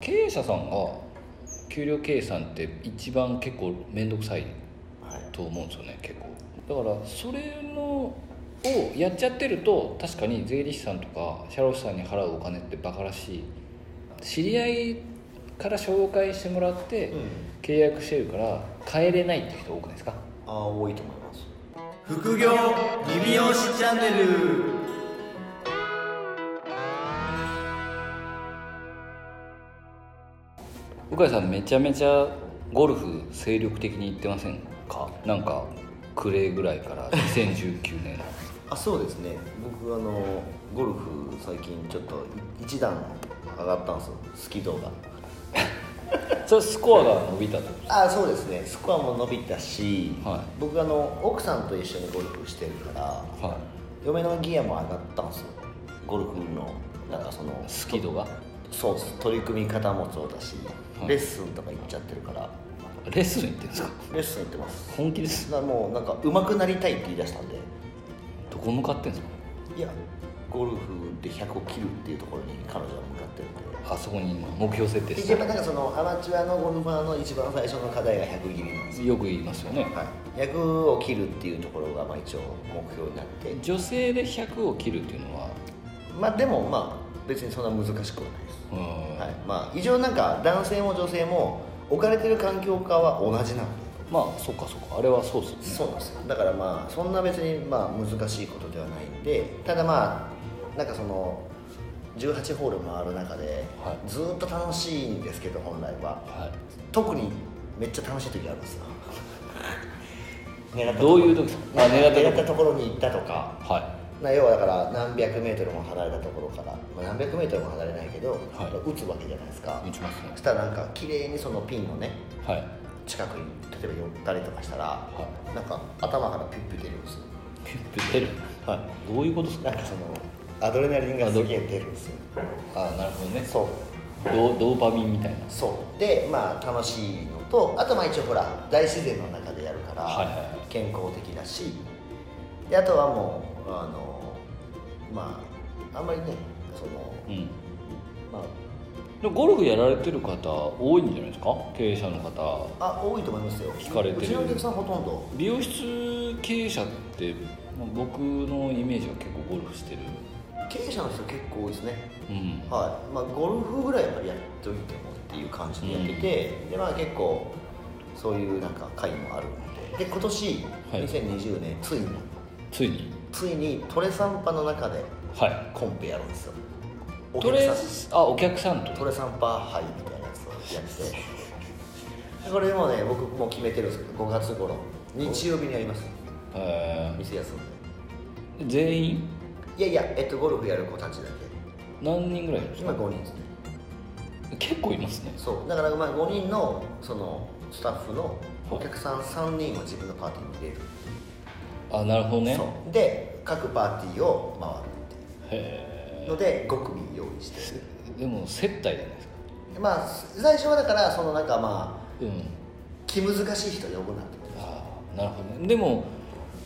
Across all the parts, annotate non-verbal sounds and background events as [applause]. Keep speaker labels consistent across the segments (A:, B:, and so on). A: 経営者さんが給料計算って一番結構面倒くさい
B: はい
A: と思うんですよね結構だからそれのをやっちゃってると確かに税理士さんとか社労士さんに払うお金ってバカらしい知り合いから紹介してもらって
B: うん
A: 契約してるから帰れないって人多くないですか
B: ああ多いと思います副業リビオシチャンネル
A: 鵜飼さんめちゃめちゃゴルフ精力的に行ってませんかなんかクレーぐらいから2019年
B: あそうですね僕あのゴルフ最近ちょっと一段上がったんですよスキー動画
A: [laughs] それスコアが伸びたってこと
B: あそうですねスコアも伸びたし、
A: は
B: 僕あの奥さんと一緒にゴルフしてるから
A: は
B: 嫁のギアも上がったんですよゴルフのなんかその
A: いスキードが
B: そうっす取り組み方もそうだし、
A: はい
B: レッスンとか行っちゃってるから
A: レッスン行ってるんですか
B: レッスン行ってます
A: 本気です
B: なもうなんか上手くなりたいって言い出したんで
A: どこ向かってんですか
B: いやゴルフで100を切るっていうところに彼女は向かってるんで
A: あそこに今目標設定し
B: 一
A: て
B: 番なんかそのアマチュアのゴルファーの一番最初の課題が100切りなんですよ、
A: よく言いますよね
B: はい、100を切るっていうところがまあ一応目標になって
A: 女性で100を切るっていうのは
B: まあでもまあ別にそんな難しくはないです、
A: うーん
B: はい、まあ一応なんか男性も女性も置かれてる環境下は同じなので
A: まあそっかそっかあれはそうっすよね
B: そうなんですよだからまあそんな別にまあ難しいことではないんでただまあなんかその18ホール回る中で、
A: はい
B: ずーっと楽しいんですけど本来は
A: は
B: 特にめっちゃ楽しい時あるんですよ狙ったところ
A: [laughs] どういう時ですかあ狙ったところ
B: 狙ったところに行ったとか
A: いは
B: な要はだから何百メートルも離れたところから、まあ、何百メートルも離れないけど、
A: はい
B: 打つわけじゃないですか
A: い打ちますね
B: そしたらなんか綺麗にそのピンのね
A: はい
B: 近くに例えば寄ったりとかしたら、
A: は
B: なんか頭からピュッピュ出るんですよ
A: ピュッピュッ出るはいどういうことです
B: な
A: か
B: んかそのアドレナリンがすげえ出るんですよ
A: あなるほどね
B: そう
A: ドドーパミンみたいな
B: そうでまあ楽しいのとあとまあ一応ほら大自然の中でやるから、
A: はいはいはい
B: 健康的だしであとはもうあのまああんまりねその、
A: うん
B: ま
A: でゴルフやられてる方多いんじゃないですか経営者の方
B: ああ多いと思いますよ
A: 聞かれてる
B: うちのお客さんほとんど
A: 美容室経営者ってまあ僕のイメージは結構ゴルフしてる
B: 経営者の人結構多いですね
A: うん
B: はいまあゴルフぐらいやっぱりやっといてもっていう感じでやってて、でまあ結構そういうなんか会もあるのでで今年、
A: はい
B: 2020年ついに
A: ついに
B: ついにトレサンパの中で
A: はい
B: コンペやるんですよお
A: ト
B: 客
A: レ
B: さん
A: あお客さんと
B: トレサンパ杯みたいなやつをやってこれもね僕もう決めてるんですけど5月頃日曜日にやります
A: え
B: 店休んで
A: ー全員
B: いやいやえっとゴルフやる子たちだけ
A: 何人ぐらいいるんです
B: 今
A: か
B: 5人ですね
A: 結構いますね
B: そうだからまあ5人のそのスタッフのお客さん3人を自分のパーティーに入れる、
A: あなるほどね
B: そうで各パーティーを回るっ
A: へ
B: ていうので5組用意して
A: えでも接待じゃないですか
B: まあ最初はだからそのなんかまあ
A: うん
B: 気難しい人呼ぶなってこと
A: あーなるほどねでも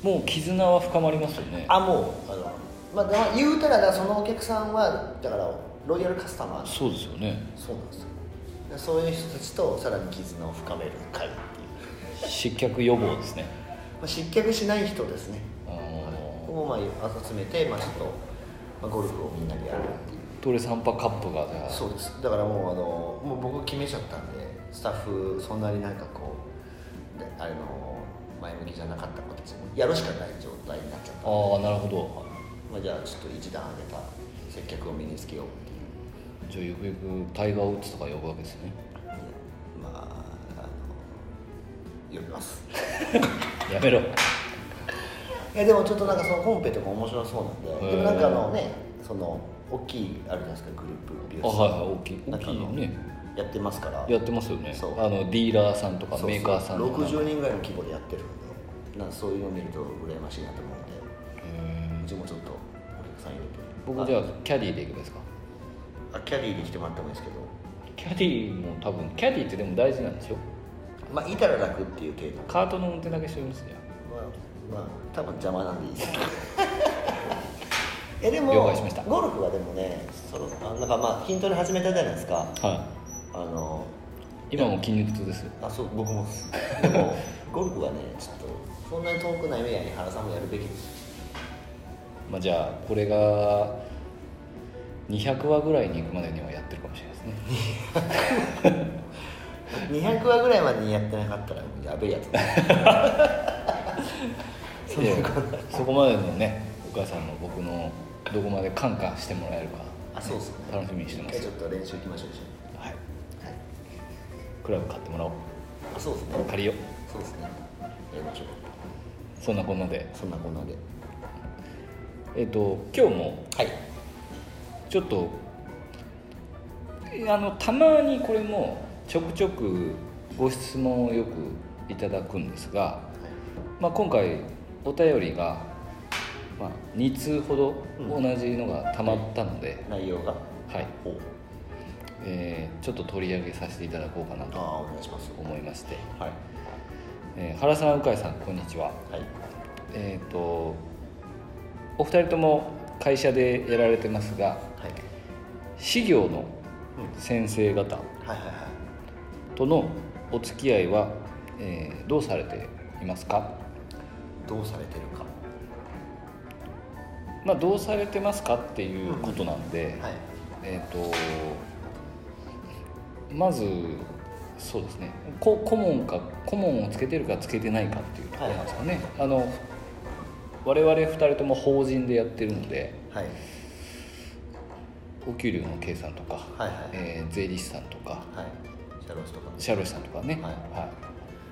A: もう絆は深まりますよね
B: あもうあの、まあでも、言うたらだそのお客さんはだからロイヤルカスタマー
A: そうですよね
B: そうなんですよでそういう人たちとさらに絆を深める会っていう、
A: 失脚予防ですね
B: まあ、失脚しない人ですね
A: あの
B: を、まあ、集めて、まあ、ちょっと、まあ、ゴルフをみんなでやるっていう
A: トレサンパカップがじゃあ
B: そうですだからもうあのもう僕決めちゃったんでスタッフそんなになんかこうであれの前向きじゃなかった子たちもやるしかない状態になっちゃった、
A: ああなるほど
B: まあ、じゃあちょっと一段上げた接客を身につけようってい
A: じ
B: う
A: ゃあゆくゆくタイガー・ウッズとか呼ぶわけですね
B: まああの呼びます
A: やめろ
B: いやでもちょっとなんかそのコンペとか面白そうなん
A: へ
B: で
A: え
B: でもなんかあのねその大きいあるじゃないですかグループ美
A: あ
B: 容室
A: はいはい大きい大
B: なんか
A: き
B: あ
A: い
B: の
A: ね
B: やってますから
A: やってますよね
B: そう
A: あのディーラーさんとか
B: そうそう
A: メーカーさんとか
B: 60人ぐらいの規模でやってるんでなんかそういうのを見ると羨ましいなと思うんで
A: へ
B: うちもちょっとお客さん入れて
A: ー僕じゃあキャディーで行くんですか
B: あキャディーに来てもらってもいいですけど
A: キャディーも多分キャディーってでも大事なんでしょ
B: まあいたら楽っていう程度
A: カートの運転だけしてるんですよ
B: まあ、まあ、多分邪魔なんでいいですけ
A: [laughs]
B: どえでも
A: 了解しました
B: ゴルフはでもねそのあなんかまあ筋トレ始めたじゃないですか
A: は
B: あの
A: 今も筋肉痛です
B: あそう僕もっすでもゴルフはねちょっとそんなに遠くない未来に原さんもやるべきです
A: まあじゃあこれが200話ぐらいに行くまでにはやってるかもしれないですね
B: 200話ぐらいまでにやってなかったらもうやべえやつだそんなことない
A: いやそこまでのねお母さんの僕のどこまでカンカンしてもらえるか
B: あそうっすね
A: 楽しみにしてま
B: 一
A: す
B: 回ちょっと練習行きましょう一緒に
A: はい
B: はい
A: クラブ買ってもらおう
B: あそうですね
A: 借りよう
B: そうですねやりましょう
A: そんなこんなで
B: そんなこんなで
A: えっ、と今日も
B: はい
A: ちょっとえあのたまにこれもちょくちょくご質問をよくいただくんですが、まあ、今回お便りが、まあ、2通ほど同じのがたまったので、
B: 内容が
A: はい
B: ほう
A: えーちょっと取り上げさせていただこうかな
B: あ
A: と
B: あお願いします
A: 思いまして、
B: はい
A: えー原さん鵜飼さんこんにちは
B: はい
A: えっ、とお二人とも会社でやられてますが
B: はい
A: 私業の
B: うん
A: 先生方
B: はいはいはい
A: とのお付き合いは、えーどうされていますか、
B: どうされてるか
A: まあ、どうされてますかっていうことなんで、
B: はい
A: えっ、とまずそうですねこ顧問か顧問をつけてるかつけてないかっていうところなんですかね、あの我々2人とも法人でやってるので
B: はい
A: お給料の計算とか、
B: はいはい
A: えー税理士さんとか
B: はいシャロスとか
A: 社労士さんとかね、
B: はい
A: はい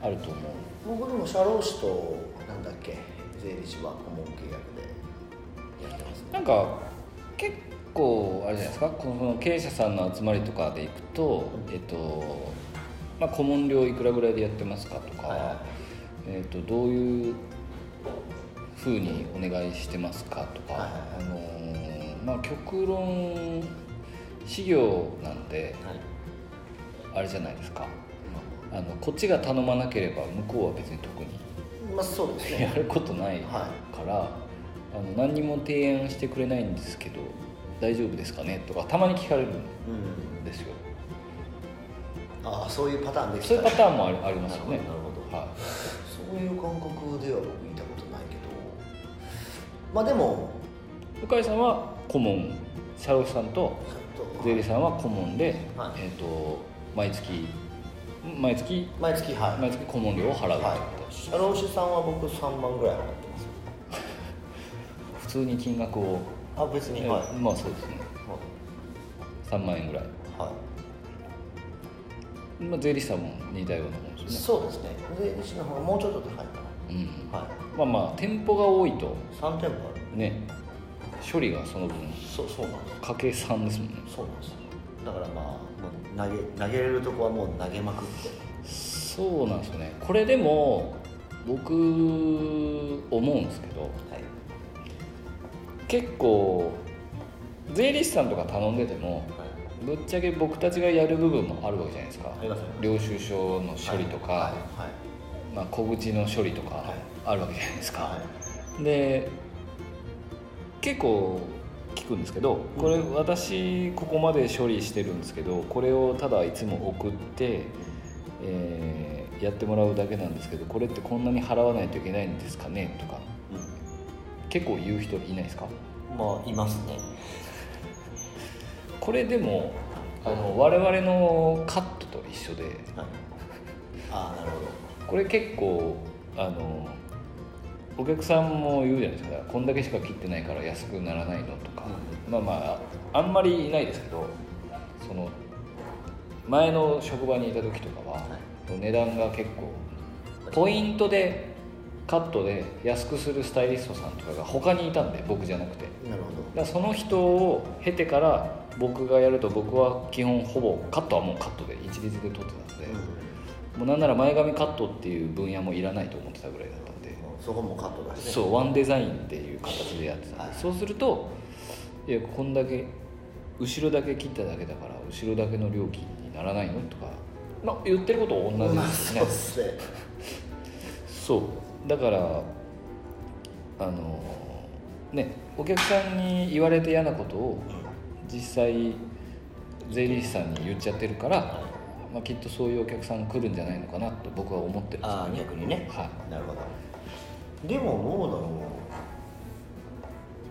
A: あると思う
B: 僕でも社労士となんだっけ税理士は顧問契約でやってます
A: なんか結構あれじゃないですかこの経営者さんの集まりとかで行くと、えっとまあ、顧問料いくらぐらいでやってますかとか、
B: はいはい
A: えっと、どういうふうにお願いしてますかとか、
B: はい
A: あのーまあ、極論事業なんで
B: はい
A: あれじゃないですかあのこっちが頼まなければ向こうは別に [laughs] 特に
B: まあそうです [laughs] ね
A: やることないから、あの何にも提案してくれないんですけど大丈夫ですかねとかたまに聞かれるん
B: うん
A: ですよ
B: ああそういうパターンでき
A: そういうパターンもありありますよね
B: なるほどなるほど
A: は
B: そういう感覚では僕見たことないけどまあでも
A: い、向井さんは顧問社労士さんと
B: ちょっと
A: 税理士さんは顧問で、
B: はい
A: えー、と毎月毎月
B: 毎月はい
A: 毎月顧問料を払うって
B: は
A: こと
B: い社労士さんは僕3万ぐらい払ってます
A: 普通に金額を、
B: あ別
A: え
B: にはい
A: ーまあそうですね3万円ぐらい、
B: はい
A: まあ、税理士さんも似たようなもんです
B: そうですね税理士の方がもうちょっと高いか
A: ね、うん、
B: なはい
A: まあまあ店舗が多いと
B: 3店舗ある
A: ね処理がその分
B: そうそうなんです
A: 家計算ですもんね
B: そうなんですよだからまあもう投げ投げれるとこはもう投げまくって
A: そうなんですよねこれでも僕思うんですけど
B: はい
A: 結構税理士さんとか頼んでても
B: はい
A: ぶっちゃけ僕たちがやる部分もあるわけじゃないですか
B: ありますあります
A: 領収書の処理とか、
B: はい
A: まあ、小口の処理とか
B: はい
A: あるわけじゃないですか、
B: はいはい
A: で結構聞くんですけどこれ私ここまで処理してるんですけどこれをただいつも送って、えーやってもらうだけなんですけどこれってこんなに払わないといけないんですかねとか
B: うん
A: 結構言う人いないですか
B: まあいますね
A: これでもあの我々のカットと一緒で
B: はいああなるほど
A: これ結構あのお客さんも言うじゃないですかこんだけしか切ってないから安くならないのとか、まあまああんまりいないですけどその前の職場にいた時とかは、
B: は
A: 値段が結構ポイントでカットで安くするスタイリストさんとかが他にいたんで僕じゃなくてだか
B: なるほ
A: らその人を経てから僕がやると僕は基本ほぼカットはもうカットで一律で取ってたので、も
B: ど、
A: うなんなら前髪カットっていう分野もいらないと思ってたぐらいだったんで
B: うん、そこもカットだし、ね、
A: そうワンデザインっていう形でやってたん
B: はい
A: でそうするといやこんだけ後ろだけ切っただけだから後ろだけの料金にならないのとか、まあ、言ってることは同じ
B: ま
A: で
B: あ
A: す
B: そ
A: ね
B: うっすね
A: そうだからあのねお客さんに言われて嫌なことを実際税理士さんに言っちゃってるからまあ、きっとそういうお客さんが来るんじゃないのかなと僕は思ってるんです
B: あ
A: よ
B: あ逆にね
A: は
B: なるほどでもどうだろう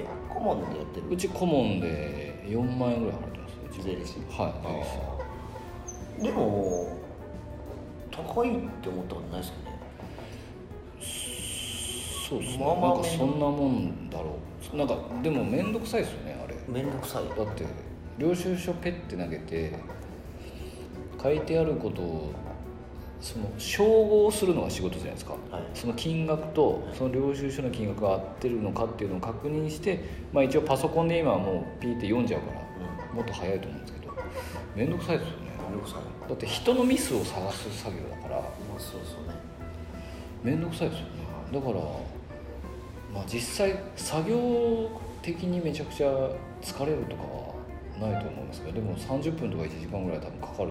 B: え顧問でやって
A: い、う
B: る
A: ち顧問で4万円ぐらい払ってますうち
B: 税理士
A: はい税理士
B: あーでも高いって思ったことないです
A: そ
B: よね
A: うですね、
B: まあまあ
A: なんかそんなもんだろうなんかでも面倒くさいですよねあれ
B: めんどくさい
A: だって領収書ペッて投げて書いてあることをその照合するのが仕事じゃないですか、
B: はい
A: その金額とその領収書の金額が合ってるのかっていうのを確認して、まあ、一応パソコンで今はもうピーって読んじゃうからもっと早いと思うんですけど面倒くさいですよね
B: めんどくさい
A: だって人のミスを探す作業だから
B: まあそうそうね
A: 面倒くさいですよねだから、まあ、実際作業的にめちゃくちゃ疲れるとかはないと思うんですけどでも30分とか1時間ぐらい多分かかる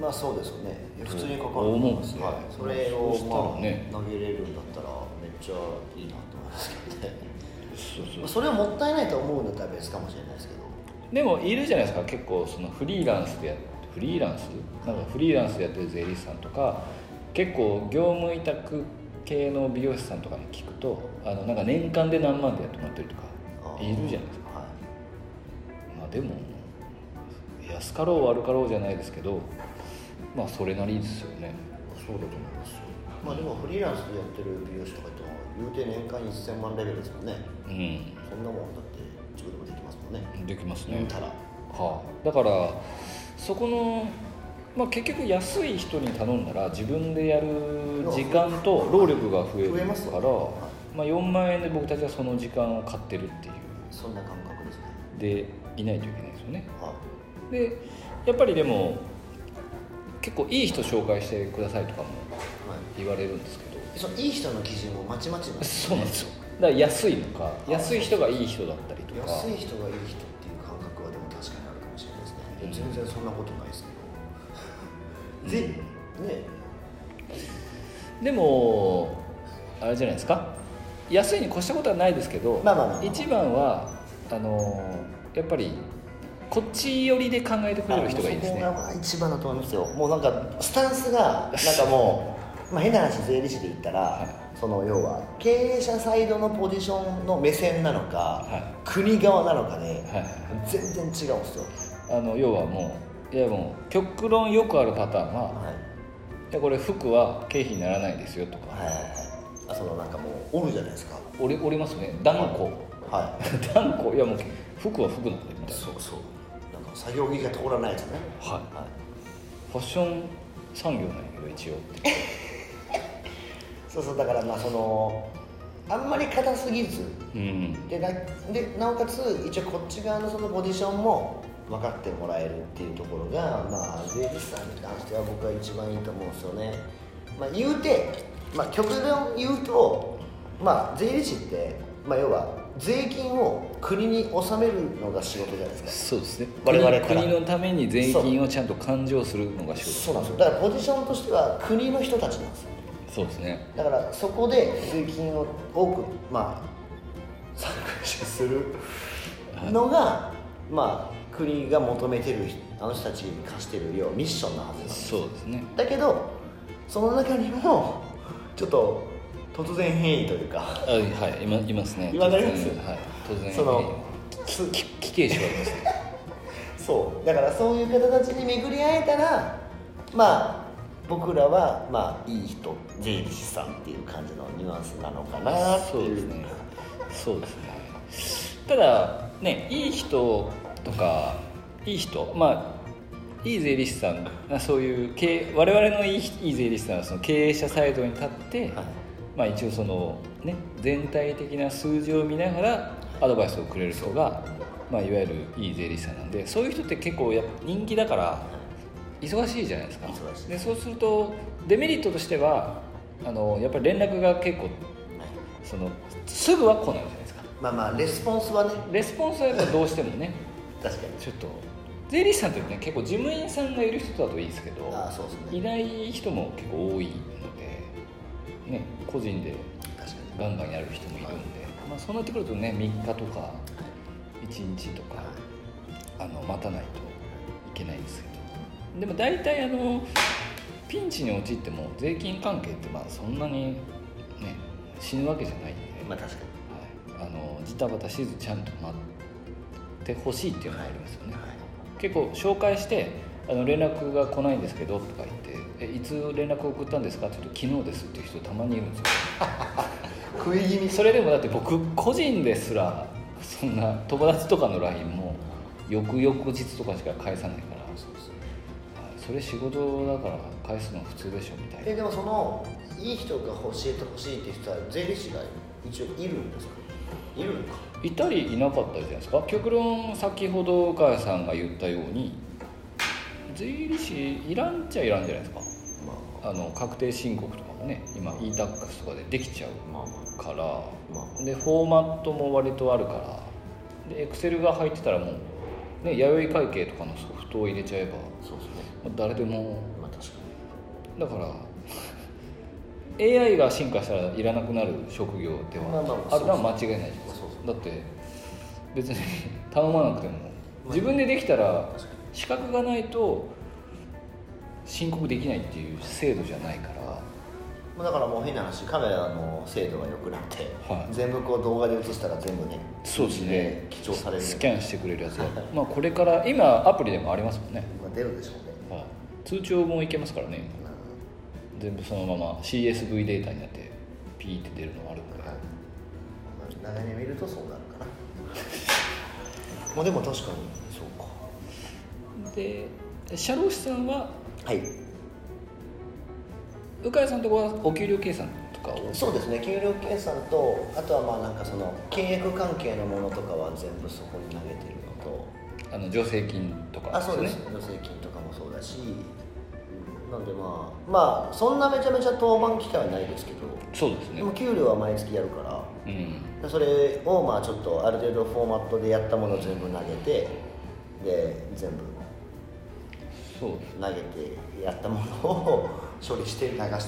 B: まあそうですよねいや普通にかかると
A: 思うん
B: ま
A: です
B: す
A: ね
B: はい、それを、
A: そうしたらね
B: まあ、投げれるんだったらめっちゃいいなと思いますけどね
A: そう
B: まあそれはもったいないと思うんだったら別かもしれないですけど
A: でもいるじゃないですか結構そのフリーランスでやフリーランスなんかフリーランスでやってる税理士さんとか結構業務委託系の美容師さんとかに聞くとあのなんか年間で何万でやってもらってるとか
B: あー
A: いるじゃないですか
B: は
A: まあでも安かろう悪かろうじゃないですけどまあそれなりですよね
B: いそうだと思いますよまあでもフリーランスでやってる美容師とかって言うて年間1000万レベルですもんね
A: うん
B: そんなもんだって自分でもできますもんね
A: できます
B: 言
A: ね
B: う、たら
A: はあ、だからそこの、まあ、結局安い人に頼んだら自分でやる時間と労力が増える
B: 増え
A: か
B: ますよ
A: ら、まあ、4万円で僕たちはその時間を買ってるっていう
B: そんな感覚ですね
A: でいないといけないですよね
B: は
A: でやっぱりでも結構いい人紹介してくださいとかも
B: い、はい
A: 言われるんですけど
B: そのいい人の基準もまちまちなんです
A: そうなんですよだから安いのか安い人がいい人だったりとか
B: 安い人がいい人っていう感覚はでも確かにあるかもしれないですねいや全然そんなことないですけどで、ね
A: でもあれじゃないですか安いに越したことはないですけど、
B: まあまあまあまあ
A: 一番はあのーやっぱりこっち寄りで考えてくれる人がいいですね
B: あもうそこが一番だと思いますよもうなんかスタン
A: [laughs]
B: スがなんかもう、まあ、変な話税理士で言ったら、その要は経営者サイドのポジションの目線なのか、
A: は
B: 国側なのかで、
A: はいはい
B: 全然違うんですよ、
A: あの要はもういやもう極論よくあるパターンは
B: はい
A: 「いやこれ服は経費にならないですよ」とか
B: はいはいはいあそのなんかもうおるじゃないですか
A: 「折れ折れますね断固 [laughs]
B: はい
A: 断固いやもう服は服なんで」みたいな
B: そうそうなんか作業着が通らないやつね
A: はい
B: はい
A: ファッション産業なんやけど一応
B: そうそうだからまあそのあんまり硬すぎず
A: うん
B: でなでなおかつ一応こっち側のそのポジションも分かってもらえるっていうところがまあ税理士さんに関しては僕は一番いいと思うんですよね、まあ、言うて、まあ、極論言うと、まあ、税理士って、まあ、要は税金を国に納めるのが仕事じゃないですか
A: そうですね
B: 我々から
A: 国国のために税金をちゃんと勘定するのが仕事
B: そうなんですよだからポジションとしては国の人たちなんですよ
A: そうですね
B: だからそこで税金を多くまあ削除するのがまあ国が求めてるあの人たちに課してる量ミッションなはずなんです
A: そうですね
B: だけどその中にもちょっと突然変異というか
A: あはいいまいますね
B: わかります
A: 突然はい突然
B: その
A: えーきき危険種がいますね
B: そうだからそういう方たちに巡り会えたらまあ僕らはまあいい人税理士さんっていう感じのニュアンスなのかなって
A: そう
B: い
A: で
B: う
A: すねそうですねただねいい人とかいい人まあいい税理士さんまあそういう経営我々のいいいい税理士さんはその経営者サイドに立って、
B: はい
A: まあ、一応その、ね、全体的な数字を見ながらアドバイスをくれる人が、まあ、いわゆるいい税理士さんなんでそういう人って結構やっぱ人気だから忙しいじゃないですか
B: 忙しい
A: でそうするとデメリットとしてはあのやっぱり連絡が結構
B: はい
A: そのすぐは来ないじゃないですか
B: まあまあレスポンスはね
A: レスポンスはやっぱどうしてもね
B: 確かに
A: ちょっと税理士さんってね結構事務員さんがいる人だといいですけど
B: ああそうです
A: い
B: ね
A: ない人も結構多いので、ね、個人で
B: 確か
A: ガンガンやる人もいるんで、まあ、そうなってくるとね3日とか1日とか、あの待たないといけないんですけどでも大体あのピンチに陥っても税金関係ってまあそんなにね死ぬわけじゃないんで、
B: まあ確か
A: はい、あのジタバタしずちゃんと待ってほしいっていうのがありますよ
B: に
A: ね、
B: はい
A: 結構紹介してあの連絡が来ないんですけどとか言って「えいつ連絡送ったんですか?」って言うと「昨日です」っていう人たまにいるんですよ
B: [laughs] 食い気味
A: それでもだって僕個人ですらそんな友達とかの LINE も翌々日とかしか返さないからはいそれ仕事だから返すの普通でしょみたいな
B: えでもそのいい人が教えてほしいって人は税理士が一応いるんですかいるのか
A: いたりいなかったりじゃないですか極論先ほど岡谷さんが言ったように税理士いらんっちゃいらんじゃないですか
B: ま
A: あの確定申告とかもね今 e-tax とかでできちゃう
B: あまあ
A: から
B: まあま
A: でフォーマットも割とあるからで Excel が入ってたらもう、ね、弥生会計とかのソフトを入れちゃえば
B: そうですね
A: まあ誰でも
B: まあ確か
A: だから AI が進化したらいらなくなる職業で
B: まあまあま
A: は
B: あ
A: あるのは間違いないじゃないです
B: そう
A: か
B: そ
A: だって別に頼まなくても自分でできたら資格がないと申告できないっていう制度じゃないから
B: にまあだからもう変な話カメラの精度が良くなって、
A: はい
B: 全部こう動画で映したら全部ね
A: そうですね
B: 記帳される
A: スキャンしてくれるやつはまあこれから今アプリでもありますもんね、
B: まあ出るでしょうね
A: はい、通帳もいけますからね
B: まあ
A: 全部そのまま CSV データになってピーって出るのもあるので、
B: はいまあ長年見るとそうなるか [laughs] なまあでも確かにそうか
A: で社労士さんは
B: はい
A: 鵜飼さんとこはお給料計算とかを
B: そうですね給料計算とあとはまあなんかその契約関係のものとかは全部そこに投げてるのと
A: あの助成金とか
B: あそうです助成金とかもそうだしうんなんでまあまあそんなめちゃめちゃ当番期間はないですけど
A: そうですね
B: でも給料は毎月やるから
A: うん
B: でそれをまあちょっとある程度フォーマットでやったものを全部投げてで全部
A: そう
B: 投げてやったものを処理して流してくれる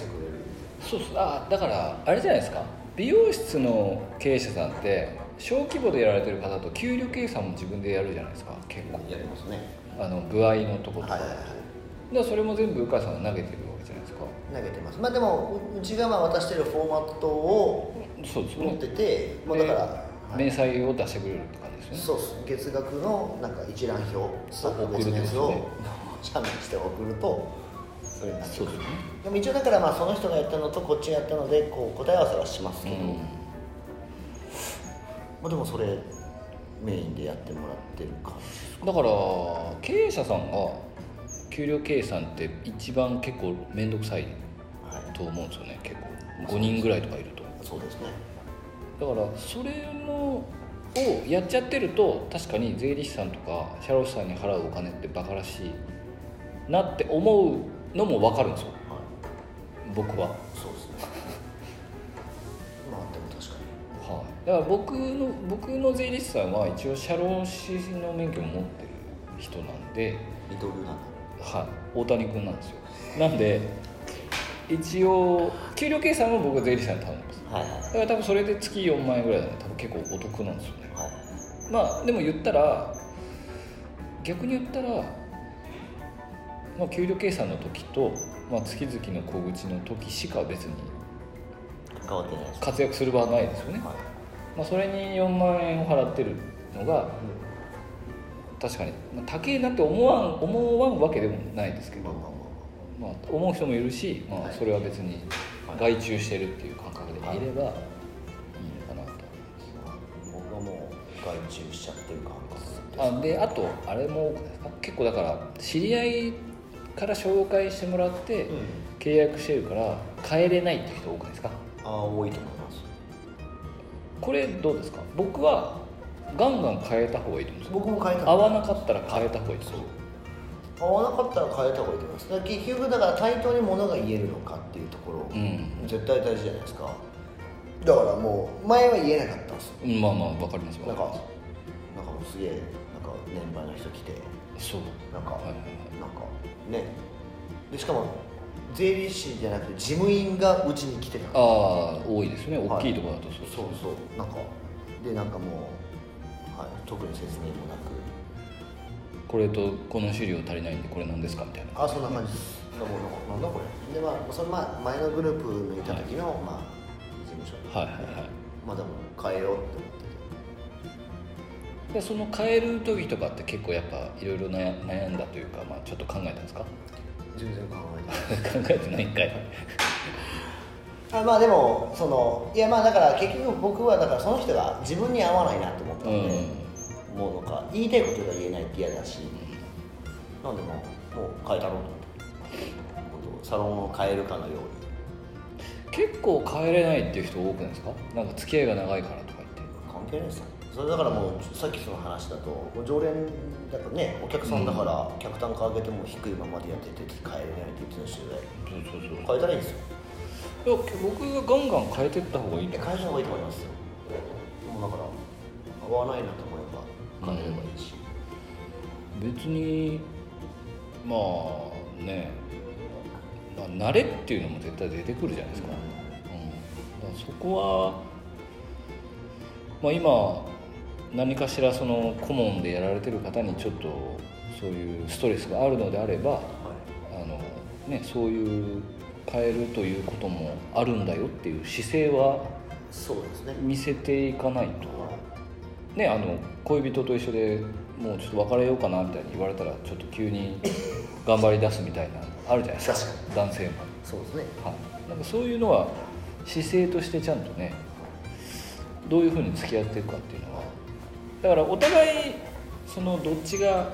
A: そうっすあだからあれじゃないですか美容室の経営者さんって小規模でやられてる方と給料計算も自分でやるじゃないですか結構
B: やりますね
A: あの部合のとこ
B: は
A: と
B: い
A: か、
B: はいは
A: だか
B: い
A: らそれも全部鵜飼さんが投げてるわけじゃないですか
B: 投げてますまあでもううちがまあ渡してるフォーマットを
A: そうですよ
B: 持っ
A: ね
B: てて、もうだから、はい
A: 明細を出してくれるって感じですよね
B: そうっす月額のなんか一覧表
A: 送るってこと
B: 別
A: ですね
B: のやつを [laughs] 写メして送るとそれになる
A: そうですね
B: でも一応だからまあその人がやったのとこっちがやったのでこう答え合わせはしますけど、まあでもそれメインでやってもらってる感じ
A: だから経営者さんが給料計算って一番結構面倒くさい
B: はい
A: と思うんですよね結構5人ぐらいとかいると
B: そうですね
A: だからそれのをやっちゃってると確かに税理士さんとか社労士さんに払うお金ってバカらしいなって思うのも分かるんですよ
B: はい
A: 僕は、
B: そうですね [laughs] まあでも確かに
A: はい、だから僕の僕の税理士さんは一応社労士の免許を持ってる人なんで、
B: 二刀流なんだ
A: はい、大谷君なんですよなんで一応給料計算も僕は税理士さんに頼んでます
B: はいはい
A: だから多分それで月4万円ぐらいなんで多分結構お得なんですよね
B: はい
A: まあでも言ったら逆に言ったら、まあ、給料計算の時と、まあ、月々の小口の時しか別に
B: 変わってないです
A: 活躍する場はないですよね、
B: はい
A: まあ、それに4万円を払ってるのが
B: う
A: 確かに、まあ、高えなって思わん思わんわけでもないですけ
B: んま
A: ど
B: あ、まあま
A: まあ、思う人もいるし、ま
B: は
A: あ、
B: い
A: それは別に外注してるっていう感覚でいればいいのかなと思います
B: あまあ僕はもう外注しちゃってる感覚で
A: あであとあれも多くないですか結構だから知り合いから紹介してもらって
B: うん
A: 契約してるから帰れないって人多くないですか
B: ああ多いと思います
A: これどうですか僕はガンガン変えた方がいいと思うんですよ
B: 僕も変えた
A: 合わなかったら変えた方がいいと思うんですよ
B: 合わなかったら変えた方がいいと思いますだから結局だから対等にものが言えるのかっていうところ、
A: うん
B: 絶対大事じゃないですかだからもう前は言えなかったんですよ
A: うんまあまあわかります
B: なん
A: わ
B: か
A: かりま
B: なんかもうすげえなんか年配の人来て
A: すそう
B: なんか、
A: はいはいはい
B: なんかねでしかも税理士じゃなくて事務員がうちに来てた
A: ああ多いですね
B: はい
A: 大きいところだとそうです
B: そうそうなんかでなんかもう、はい、特に説明もなく
A: これとこの資料足りないんでこれなんですかみたいな
B: あそんな感じですなんだなんだこれでまあそれまあ前のグループ抜いた時の、まあ事務所
A: はいはいはい
B: まあでも変えようって思って
A: でその変える時とかって結構やっぱいろいろ悩悩んだというか、まあ、ちょっと考えたんですか [laughs] 考
B: て全然考えてない
A: えてないんか
B: [laughs]
A: い
B: あまあでもそのいやまあだから結局僕はだからその人が自分に合わないなと思った
A: うんん
B: で、もうなんか言いたいことが言えないって嫌だしなんでもうもう変えたろうと思 [laughs] ってサロンを変えるかのように
A: 結構変えれないっていう人多くないですかなんか付き合いが長いからとか
B: 関係ないですよねそれだからもうさっきその話だともう常連だからねお客さんだから客単価上げても低いままでやってて変えれないって言ってた人で
A: 言ってそうそう
B: 変えたらいいんですよ
A: そういや僕がガンガン変えてった方がいい
B: え
A: と
B: 変
A: 思
B: えた方がいいと思いますよもうだから合わないなと思えば変えればいいし、
A: う別にまあね、まあ、慣れっていうのも絶対出てくるじゃないですか,、うんだからそこは、まあ、今何かしらその顧問でやられてる方にちょっとそういうストレスがあるのであれば
B: はい
A: あの、ね、そういう変えるということもあるんだよっていう姿勢は
B: そうですね
A: 見せていかないと。ね、あの恋人と一緒でもうちょっと別れようかなみたいに言われたらちょっと急に頑張り出すみたいなあるじゃないですか男性も、
B: そうですね
A: はい、なんかそういうのは姿勢としてちゃんとねどういうふうに付き合っていくかっていうのはだからお互いそのどっちが、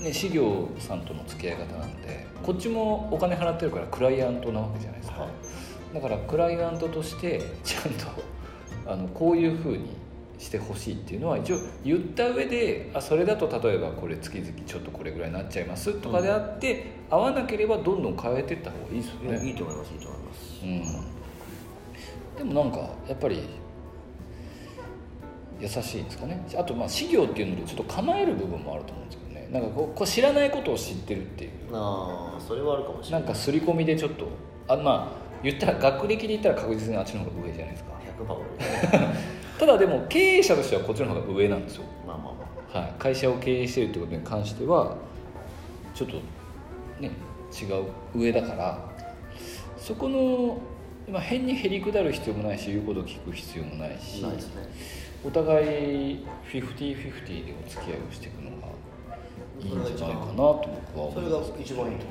A: ね、資料さんとの付き合い方なんでこっちもお金払ってるからクライアントなわけじゃないですか、
B: はい
A: だからクライアントとしてちゃんと [laughs] あのこういうふうにしてほしいっていうのは一応言った上であそれだと例えばこれ月々ちょっとこれぐらいになっちゃいますとかであって、合わなければどんどん変えていった方がいいですよね。
B: いいと思いますいいと思います
A: うん、でもなんかやっぱり優しいんですかねあとまあ資料っていうのでちょっと構える部分もあると思うんですけどねなんかこうこう知らないことを知ってるっていう
B: ああそれはあるかもしれ
A: な
B: なんい
A: か刷り込みでちょっとあまあ言ったら学歴で言ったら確実にあっちの方が上じゃないですか
B: 100パー
A: ただでも経営者としてはこっちの方が上なんですよ、
B: [laughs] まあまあま
A: はい、会社を経営してるってことに関してはちょっとね違う上だからそこの、まあ、変にへりくだる必要もないし言うことを聞く必要もないし
B: あないですね
A: お互いフィフティフィフティでお付き合いをしていくのがいいんじゃないかなと僕は
B: そ
A: 思
B: れ
A: い
B: が
A: ます
B: 一番いいと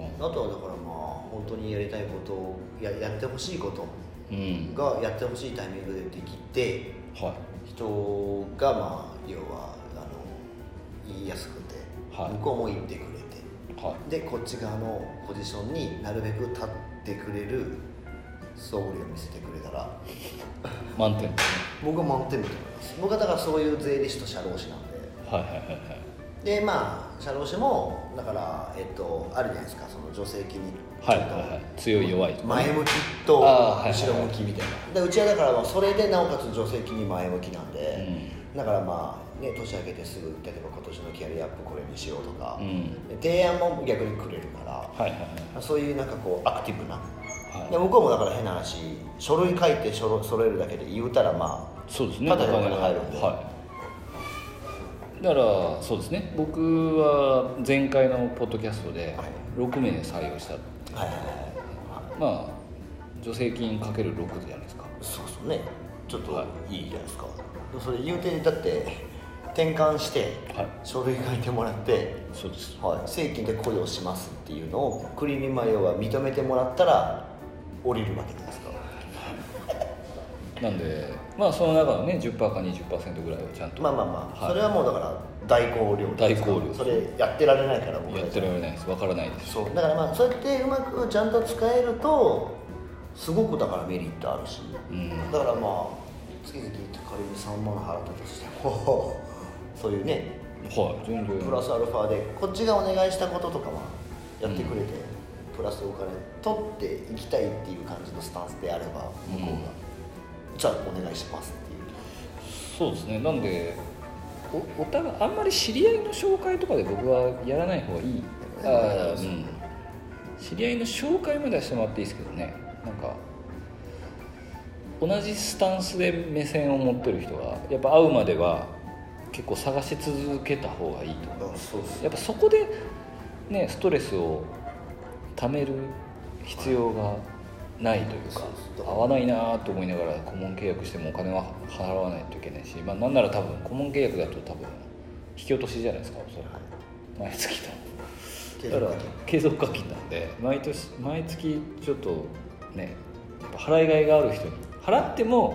B: 思いますあとはだからまあ本当にやりたいことをややってほしいこと
A: うん、うん
B: がやってほしいタイミングでできて
A: はい
B: 人がまあ要はあの言いやすくて、
A: はい
B: 向こうも言ってくれ
A: は
B: てでこっち側のポジションになるべく立ってくれる素振りを見せてくれたら
A: い満点ですね
B: 僕は満点だと思います僕はだからそういう税理士と社労士なんで
A: はいはいはいはい
B: でまあ社労士もだからえっとあるじゃないですかその助成金に
A: はいはいはい強い弱いとかね
B: 前向きと
A: あーはいはい
B: 後ろ向きみたいなでうちはだからまあそれでなおかつ助成金に前向きなんで、だからまあね年明けてすぐ例えば今年のキャリアアップこれにしようとか
A: う、ん
B: で提案も逆にくれるから
A: はいはいはい
B: そういうなんかこうアクティブな、
A: はい
B: で向こうもだから変な話書類書いて書類揃えるだけで言うたらま
A: そうですね。
B: ただでお金入るんで
A: はい。だからそうですね。僕は前回のポッドキャストで
B: はい
A: 6名採用した。
B: あはいはいはいはい
A: まあ助成金かける6じゃないですか。
B: そうそうねちょっ
A: は
B: といいじゃないですか、それ言うてだって転換して
A: はい
B: 書類書いてもらって
A: そうです。
B: はい、正規で雇用しますっていうのを国に迷は認めてもらったら降りるわけですから
A: なんでまあその中のね10%か20%ぐらいはちゃんと
B: まあまあまあ、
A: はい
B: それはもうだから大考慮ですから
A: 大考慮
B: それやってられないから僕
A: や
B: は
A: ってられないです。わからないです。
B: そうだからまあそうやってうまくちゃんと使えるとすごくだからメリットあるし、
A: うん
B: だからまあ月々仮に3万払ったとしても [laughs] そういうね
A: はい。全然。
B: プラスアルファでこっちがお願いしたこととかはやってくれて、プラスお金取っていきたいっていう感じのスタンスであれば向こうが、じゃあお願いしますっていう
A: そうですねなんでおお互いあんまり知り合いの紹介とかで僕はやらない方がいいあー、うん、知り合いの紹介まではしてもらっていいですけどねなんか同じスタンスで目線を持ってる人はやっぱ会うまでは結結構探し続けた方がいいと思う
B: あそうっす
A: やっぱそこでねストレスをためる必要がないというか
B: そうそう
A: 合わないなと思いながら顧問契約してもお金は払わないといけないし、まあ、なんなら多分顧問契約だと多分引き落としじゃないですかおそらく
B: はい
A: 毎月の。
B: け
A: だか
B: ど
A: ら継続課金なんで毎年毎月ちょっとねやっぱ払いがいがある人に払っても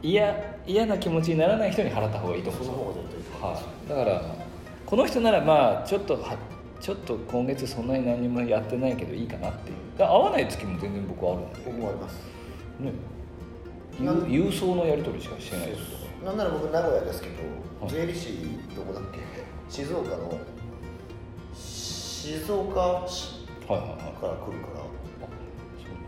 A: 嫌嫌な気持ちにならない人に払った方がいいと
B: その
A: 思う
B: 方が絶対いいと思います
A: はい、だからこの人ならまあちょっとはちょっと今月そんなに何もやってないけどいいかなっていうだから合わない月も全然僕はあるんで
B: 僕もあります
A: ね
B: なん
A: ゆ郵送のやり取りしかしてないですとか
B: なんなら僕名古屋ですけ
A: は
B: ど
A: い
B: 税理士どこだっけ静岡の静岡市
A: はいはいはいあ
B: から来るか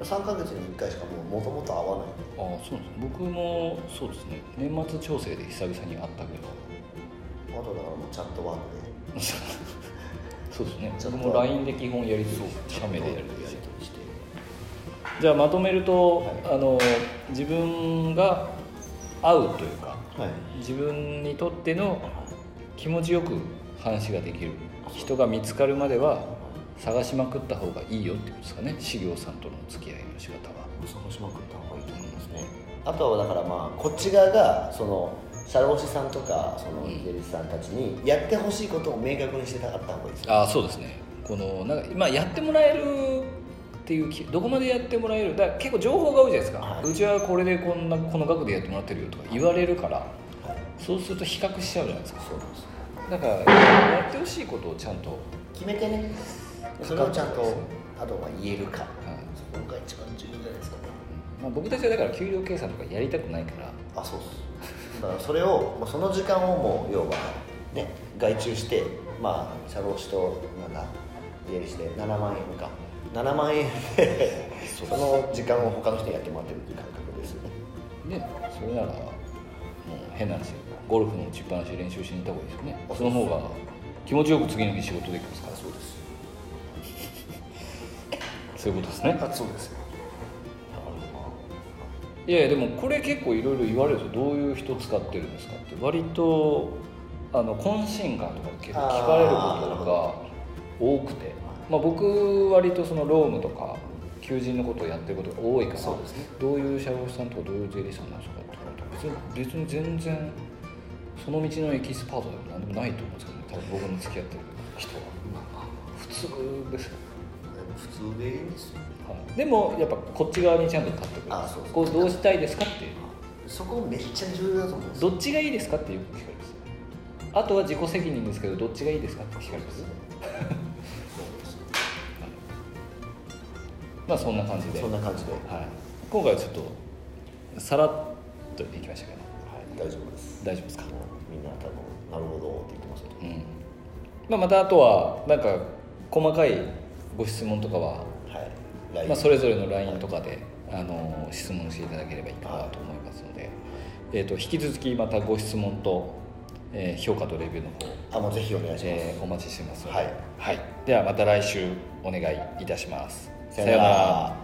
A: そう
B: ら3ヶ月に1回しかもともと会わないんで
A: ああそうなんですね僕もそうですね年末調整で久々に会ったけど [laughs]
B: あとだからもうチャットワークで
A: そうですね
B: ちょっ
A: 僕
B: と
A: も LINE で基本やり取り社名でやり取り
B: や
A: し
B: り
A: て
B: 取りして
A: じゃあまとめると、
B: は
A: あの自分が合うというか
B: はい
A: 自分にとっての気持ちよく話ができる人が見つかるまでは探しまくった方がいいよっていうんですかね修行さんとの付き合いの仕方は
B: 探しまくった方がいいと思いますねあとはだからまあこっち側がその社労士さんとかその税理士さんたちにやってほしいことを明確にしてなかった方がいいですね
A: ああそうですねこのなんか、まあ、やってもらえるっていうきどこまでやってもらえるだから結構情報が多いじゃないですか、
B: はいう
A: ちはこれでこんなこの額でやってもらってるよとか言われるから
B: はい
A: そうすると比較しちゃうじゃないですか
B: そうなんです
A: だからやってほしいことをちゃんと、
B: 決めてねそれをちゃんとあとは言えるかそこが一番重要じゃないですかね
A: まあ、僕たちはだから給料計算とかやりたくないから
B: あそうっすだからそれをもうその時間をもう要はね外注してまあ社労士となんだ税理士で7万円か7万円でその時間を他の人にやってもらってるっていう感覚ですよね
A: でそれならもう変な話ゴルフの打ちっぱなし練習しに行った方がいいですよねその方が気持ちよく次の日仕事できますから
B: そうです
A: そういうことですね
B: あそうですよ
A: いやいやでもこれ結構いろいろ言われるんですよどういう人使ってるんですかって割とあの懇親会とか結構聞かれることが多くてまあ、僕割とそのロームとか求人のことをやってることが多いから
B: そうですね
A: どういう社労士さんとかどういう税理士さんなんですかって言われても別に別に全然その道のエキスパートでも何でもないと思うんですけどね多分僕の付き合ってる人は普通ですよ
B: 普通でいいんですよ
A: はい、でもやっぱこっち側にちゃんと立ってくる
B: あそうそう
A: こうどうしたいですかっていう
B: そこめっちゃ重要だと思うんですよ
A: どっちがいいですかってよく聞かれますあとは自己責任ですけどどっちがいいですかって聞かれますまあそんな感じで、
B: そん
A: はい、
B: な感じで、はい、
A: 今回はちょっとさらっといきましたけど
B: 大丈夫です
A: 大丈夫ですか、
B: もうみんな多分なるほどって言ってますよ
A: うんまあ、またあとはなんか細かいご質問とかは、
B: はいライブ
A: まあ、それぞれの LINE とかで、あの質問していただければいいかなと思いますので、えー、と引き続きまたご質問と、えー評価とレビューの方
B: あもうぜひお願いします、
A: えーお待ちしてますので、
B: はい
A: はい、ではまた来週お願いいたします。
B: さよなら